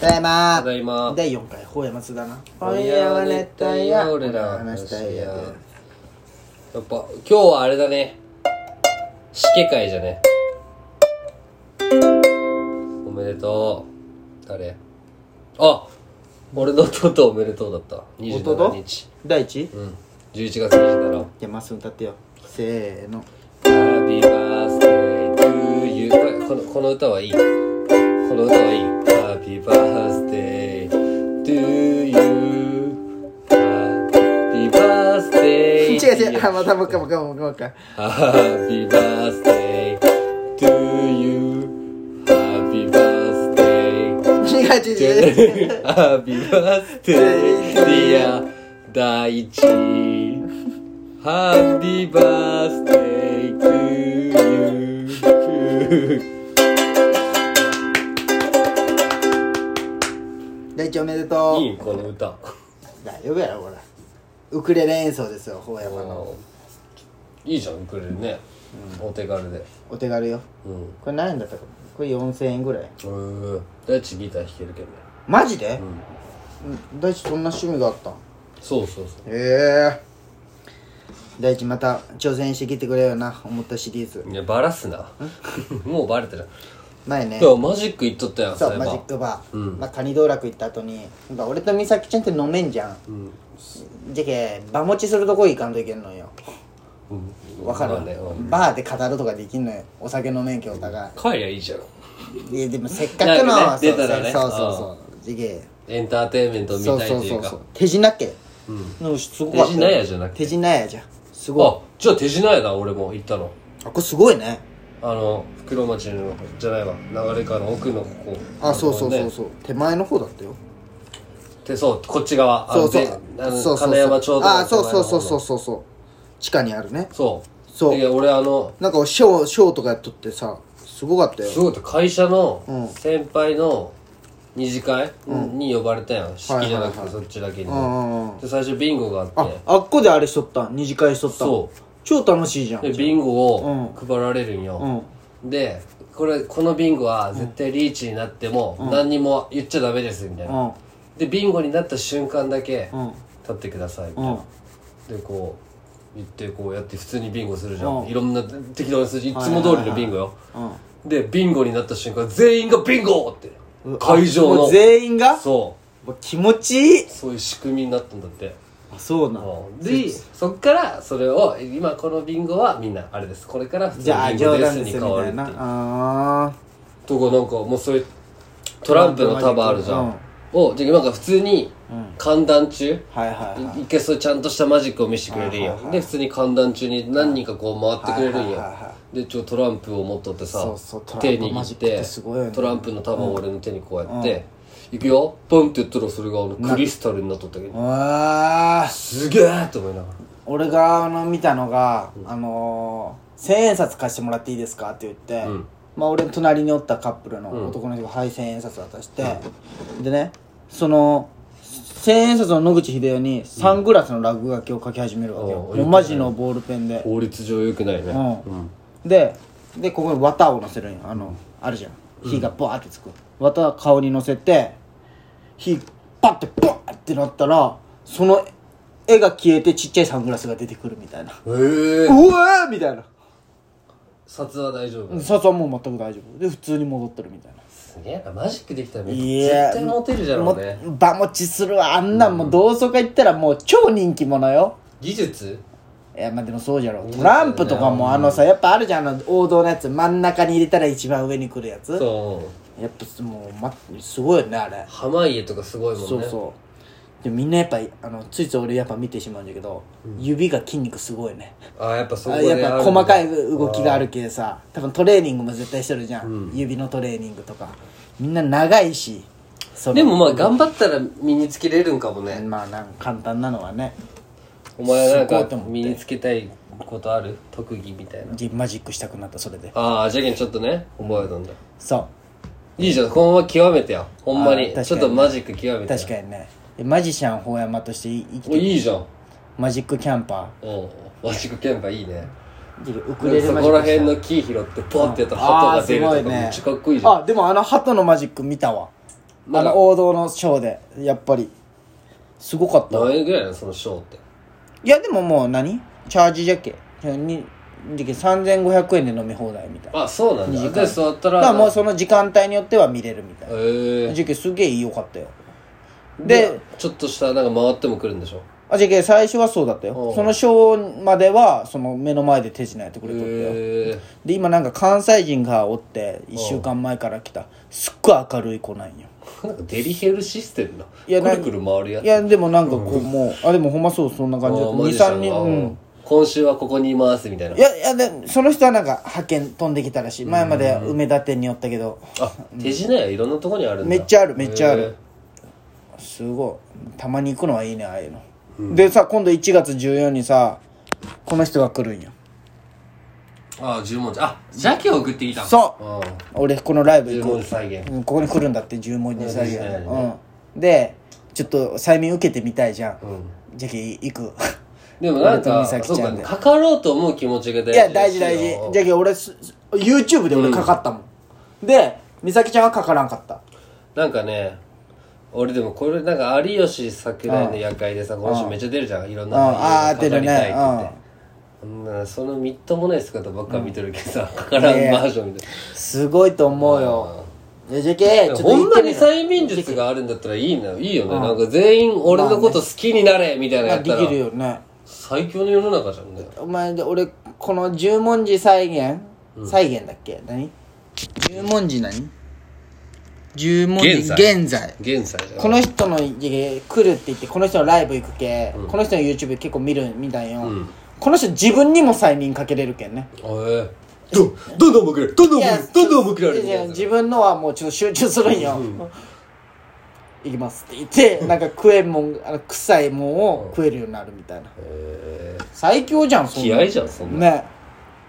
ただいまただいま第4回ほうや松だな今夜は熱帯夜俺らは話したいやでやっぱ今日はあれだね死刑会じゃねおめでとう誰あ俺の弟おめでとうだった27日第一いうん11月27日やまっすぐ歌ってよせーの Happy birthday to you これこのこの歌はいいこの歌はいい Happy birthday to you Happy 違う birthday 違うあまたもう一回もう一回もう一回もう一回 Happy birthday to you Happy birthday 違う違う to 違う you Happy birthday dear 大地 Happy birthday to you 第一おめでといいこの歌う大丈夫やろほらウクレレ演奏ですよほうやまのいいじゃんウクレレね、お手軽でお手軽ようんこれ何円だったかなこれ4000円ぐらいうー大地ギター弾けるけどねマジでんうん大地そんな趣味があったんそうそうそへえ大地また挑戦してきてくれよな思ったシリーズういやバラすな もうバレてる前ねいやマジック行っとったやんそいうえマばジックバー、うんまあ、カニ道楽行った後になんか俺と美咲ちゃんって飲めんじゃん、んじゃけ場持ちするとこ行かんといけんのようんわかる、まあねうんバーで語るとかできんのよお酒飲めんけお互帰りゃいいじゃんいいやでもせっかくの、なんかね出たらねそうそうそうじけエンターテインメント見そうたいそとういそううかそう手品家うんのすごかった手品屋じゃなくて手品屋じゃんすごいあじゃあ手品やだ俺も行ったのあこれすごいねあの袋町のじゃないわ流れ川の奥のここあそうそうそうねそう、手前の方だったよでそうこっち側あそのうそうであのそうそう金山町とかあそうそうそうそううそうそう地下にあるねそうそうで俺あのなんかショーショーとかやっとってさすごかったよすごい会社うんの先輩の二次会に呼ばれたやん式じゃなくてそっちだけにうんうんうんで最初ビンゴがあっあてあっこであれしとった二次会しとったそ超楽しいじゃんでビンゴを配られるんよでこれこのビンゴは絶対リーチになっても何にも言っちゃダメですみたいうなんうんでビンゴになった瞬間だけうん立ってくださいみたういんなでこう言ってこうやって普通にビンゴするじゃうんんいろんな適当な数字いつも通りのビンゴようんでビンゴになった瞬間全員がビンゴって会場ものう全員がそうもう気持ちいいそういう仕組みになったんだってあそうなでそっからそれを今このビンゴはみんなあれですこれから普通じゃあにビンゴ冗で談すでにす変よみわたるいってないうあとこなんかもうそういうトランプの束あるじゃんをじゃあなんか普通に寒暖中ーはいはいはいいけそうちゃんとしたマジックを見せてくれるんはいよはいはいで普通に寒暖中に何人かこう回ってくれるんはいはいよはいはでちょトランプを持っとってさそうそうトランプ手にマ握ジっックっててすごいよねトランプの束を俺の手にこうやって「いくよポン!」って言ったらそれがあのクリスタルになっとったけどうわーすげえと思いながら。俺があの見たのが、あのー「千円札貸してもらっていいですか?」って言って、んまあ俺の隣におったカップルの男の人が「はい千円札渡して、でねその千円札の野口英世にサングラスの落書きを書き始めるわけよ、うんもうマジのボールペンで、法律上良くないねうんででここに綿をのせるんよあのあるじゃん火がバーってつく、綿を顔にのせて火パッてバーってなったらその絵が消えてちっちゃいサングラスが出てくるみたいなええうわーみたいな札は大丈夫札はもう全く大丈夫で普通に戻ってるみたいなすげえなマジックできたらめっいちやゃ絶対モテるじゃろうねも場持ちするわあんなんもう同窓会行ったらもう超人気者よ技術いやまあでもそうじゃろいいトランプとかもあのさやっぱあるじゃんあの王道のやつ真ん中に入れたら一番上に来るやつそうやっぱもう、ま、すごいよねあれ、濱家とかすごいもんねそうそうでみんなやっぱあのついつい俺やっぱ見てしまうんだけど、指が筋肉すごいねあやっぱそこあでやっぱある細かい動きがあるけさ多分トレーニングも絶対してるじゃん、指のトレーニングとかみんな長いしそのでもまあ頑張ったら身につけれるんかもねまあなんか簡単なのはねお前すはごないんとか思って身につけたいことある特技みたいなでマジックしたくなったそれでああじゃけんちょっとね覚えたんだそいいじゃんこのまま極めてよほんまあー確にかにちょっとマジック極うめて確かにねでマジシャン法山として生きおていいじゃんマジックキャンパうんマジック鍵盤いいねーでウクレレそマジこッらクキャン辺の木拾ってポンってやったら鳩が出るとかめっちゃかっこいいじゃんあでもあの鳩のマジック見たわあの王道のショーでやっぱりすごかった何円ぐらいなのそのショーっていやでももう何チャージじゃっけにじゃけ3500円で飲み放題みたいなあそうなんだで座ったらだからもうその時間帯によっては見れるみたいなへえじゃけすげえ良かったよでちょっとしたなんか回ってもくるんでしょあじゃけ最初はそうだったおようそのショーまではその目の前で手品やってくれとったよへえで今なんか関西人がおって1週間前から来たすっごい明るい子なんよなんかデリヘルシステムないやくなるんくる回るやついやでもなんかこうもうあでもほんまそうそんな感じだったあマジで23人あうん今週はここにいますみたいないやいやでその人はなんか派遣飛んできたらしい前まで梅田店におったけどあ手品やいろんなとこにあるんだめっちゃあるめっちゃあへえるすごいたまに行くのはいいねああいうの、でさ今度1月14にさこの人が来るんよああ十文字あジャケを送ってきたそううん俺このライブ十行文く字再現うんここに来るんだって十文字さ、うん確かにうん、でちょっと催眠受けてみたいじゃん、じゃけ行くでもなん俺とか美咲そうちゃかんでかかろうと思う気持ちが大事いや大事大事じじゃけ俺すす YouTube で俺かかったもん、で美咲ちゃんはかからんかったなんかね俺でもこれなんか有吉桜井の夜会でさこの人めっちゃ出るじゃんいろんなうんあー俳優がかかりたいって言っ出るねてそんなそのみっともない姿ばっか見てるけどさかからんバいやいやージョンみたいすごいと思うよいやじゃけちょなっとほん行っまてにみる催眠術があるんだったらいいな、いいよね。なんか全員俺のこと好きになれみたいまなやあっでたらきるよね最強の世の中じゃんね。お前で俺この十文字再現、再現だっけ何十文字何十文字現現在在現在じゃん。この人の家来るって言ってこの人のライブ行くけ、この人の YouTube 結構見るみたいよ、んこの人自分にも催眠かけれるけんねええどどんどん僕らどんどいん僕やらどんどん僕らいやいや自分のはもうちょっと集中するんよ、行きますって言ってなんか食えんもんあの臭いもんを食えるようになるみたいな、最強じゃんそん気な合いじゃんそんなね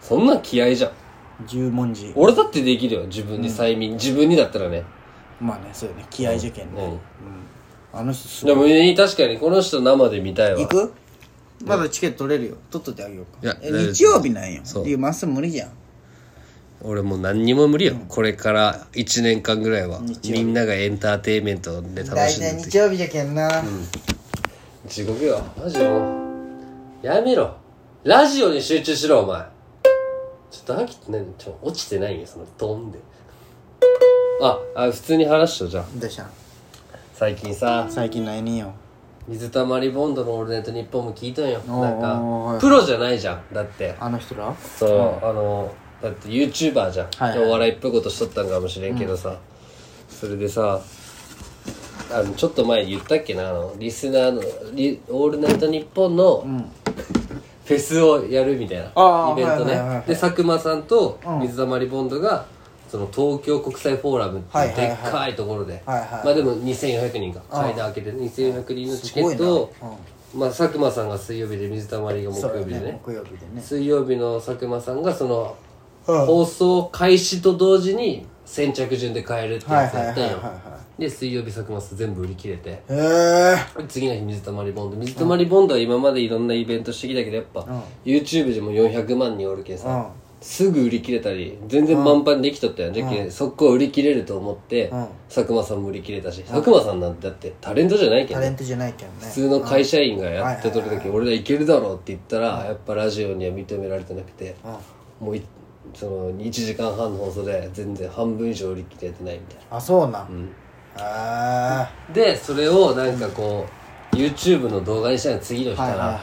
そんなん気合いじゃん十文字俺だってできるよ自分に催眠、自分にだったらねまあねそうよね気合受験うね、んあの人すごいでもいい確かにこの人生で見たいわ行くまだチケット取れるよ取っといてあげようかいやえ大丈夫日曜日なんよそういやまっすぐ無理じゃん俺もう何にも無理よ、これから1年間ぐらいはみんながエンターテインメントで楽大しん体でて日曜日じゃけんな、地獄よマジでもうやめろラジオに集中しろお前ちょっと飽きてないちょ落ちてないよそのドンでああ普通に話しとじゃあどうしたん最近さ最近ないによ水溜りボンドの「オールナイトニッポン」も聞いたんよおーなんはかいプロじゃないじゃんだってあの人らそうあのだって YouTuber じゃん、はいはいお笑いっぽいことしとったんかもしれんけどさ、それでさあのちょっと前言ったっけなあのリスナーのリ「オールナイトニッポン」のフェスをやるみたいなあーイベントはいね、はいはいはいで佐久間さんと水溜りボンドが、その東京国際フォーラムっていうでっかいところで、はいはいまあでも2400人か階段開けて2400人のチケットをすごいなまあ、佐久間さんが水曜日で水溜りが木そう曜よ日でねね木曜日でね水曜日の佐久間さんがそのうん放送開始と同時に先着順で買えるってやつやったんはいよはいはいはいはで水曜日佐久間さん全部売り切れてへえ次の日水溜りボンド水溜りボンドは今までいろんなイベントしてきたけどやっぱ、YouTube でも400万人おるけんさ、うんすぐ売り切れたり全然満帆にできとったやん、じゃけ、ん、速攻売り切れると思って、うん佐久間さんも売り切れたし、佐久間さんなんてだってタレントじゃないけタどレントじゃないけどね普通の会社員がやってとる時俺らいけるだろうって言ったらやっぱラジオには認められてなくてもういその1時間半の放送で全然半分以上売り切れてないみたいあそうなん、あなでそれをなんかこう YouTube の動画にしたら次の日かはいはいはい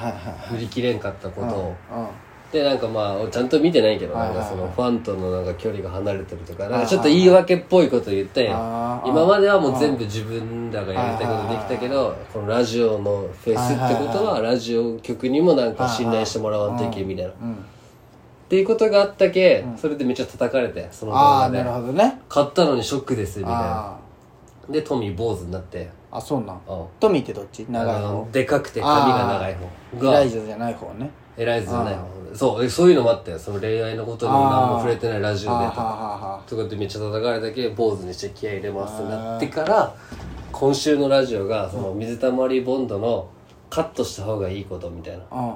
ら売り切れんかったことをあうんでなんかまあ俺ちゃんと見てないけどなんかそのファンとのなんか距離が離れてるとかなんかちょっと言い訳っぽいこと言ったよあー今まではもう全部自分らがやりたいことできたけどこのラジオのフェスってことはラジオ局にもなんか信頼してもらわんといけんみたいなっていうことがあったけそれでめっちゃ叩かれてその動ああ画なでるほどね買ったのにショックですみたいなあでトミー坊主になってああそうなんうんトミーってどっちあ長い方のでかくて髪が長い方エがライザじゃない方ね偉いですよねそうえそういうのもあったよその恋愛のことにも何も触れてないラジオあーではとーかはーはとかってめっちゃ叩かれたけ坊主にして気合い入れますってなってから今週のラジオがその水たまりボンドのカットした方がいいことみたいなー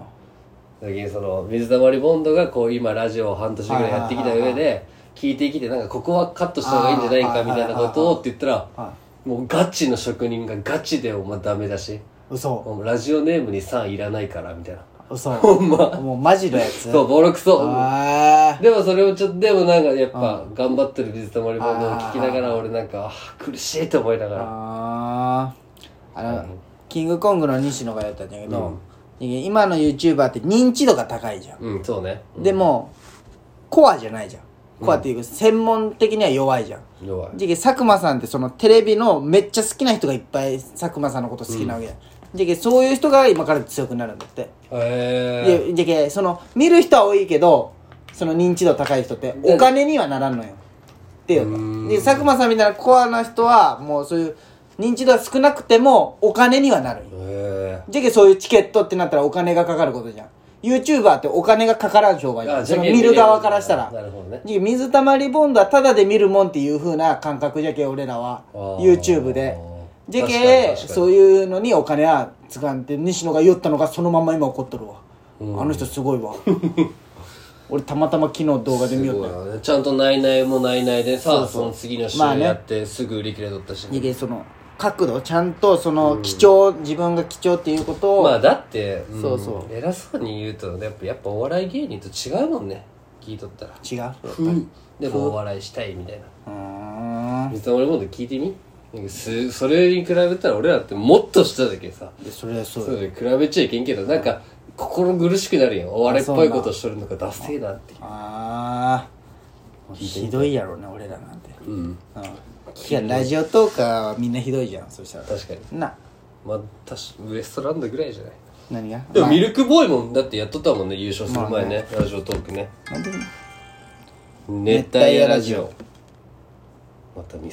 だけどその水たまりボンドがこう今ラジオを半年ぐらいやってきた上で聞いてきてなんかここはカットした方がいいんじゃないかみたいなことをって言ったらもうガチの職人がガチでお前ダメだし嘘もうラジオネームに「さん」いらないからみたい な嘘ほんまもうマジのやつ そうボロクソあでもそれをちょっとでもなんかやっぱ頑張ってる水溜りボンドを聞きながら俺なんかあー苦しいと思いながーらあーあの、キングコングの西野がやったんだけど、今の YouTuber って認知度が高いじゃん、うんそうねうんでもコアじゃないじゃんコアっていうか専門的には弱いじゃん、弱いじゃけ佐久間さんってそのテレビのめっちゃ好きな人がいっぱい佐久間さんのこと好きなわけだ、じゃけそういう人が今から強くなるんだって、へえでじゃけその見る人は多いけどその認知度高い人ってお金にはならんのよっていうーうんで佐久間さんみたいなコアな人はもうそういう認知度が少なくてもお金にはなるんよへじゃけそういうチケットってなったらお金がかかることじゃん YouTuber ってお金がかからん商売えじゃあんじそゃのあ見る側からしたらなるほどねで水溜りボンドはタダで見るもんっていう風な感覚じゃけ俺らはあー YouTube でじゃ確かにけ確かにそういうのにお金はつかんで西野が酔ったのがそのまんま今怒っとるわ、あの人すごいわ 俺たまたま昨日動画で見すよっごいたよねちゃんとないないもないないでそうそさうその次の週まあねやってすぐ売り切れとったしじゃけその角度ちゃんとその貴重、自分が貴重っていうことを、まあだってんそうそう偉そうに言うとねやっぱやっぱお笑い芸人と違うもんね聞いとったら違うでもお笑いしたいみたいなうーん水溜りボンド聞いてみなんかすそれに比べたら俺らってもっとしただけさでそれはそうそようね比べちゃいけんけどなんか心苦しくなるよお笑いっぽいことしとるのがダセえなっていうああひどいやろうね俺らなんてうんうんいやラジオトーカーはみんなひどいじゃんそしたら確かになまあ確かウエストランドぐらいじゃない何がでもまあミルクボーイもだってやっとったもんね優勝する前ねラジオトークねなんで熱帯夜ラジオまたミ